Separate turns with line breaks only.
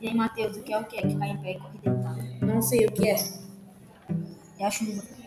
E aí, Matheus, o que é o que é ficar em pé e correr deitado?
Não sei o que é.
Eu acho muito.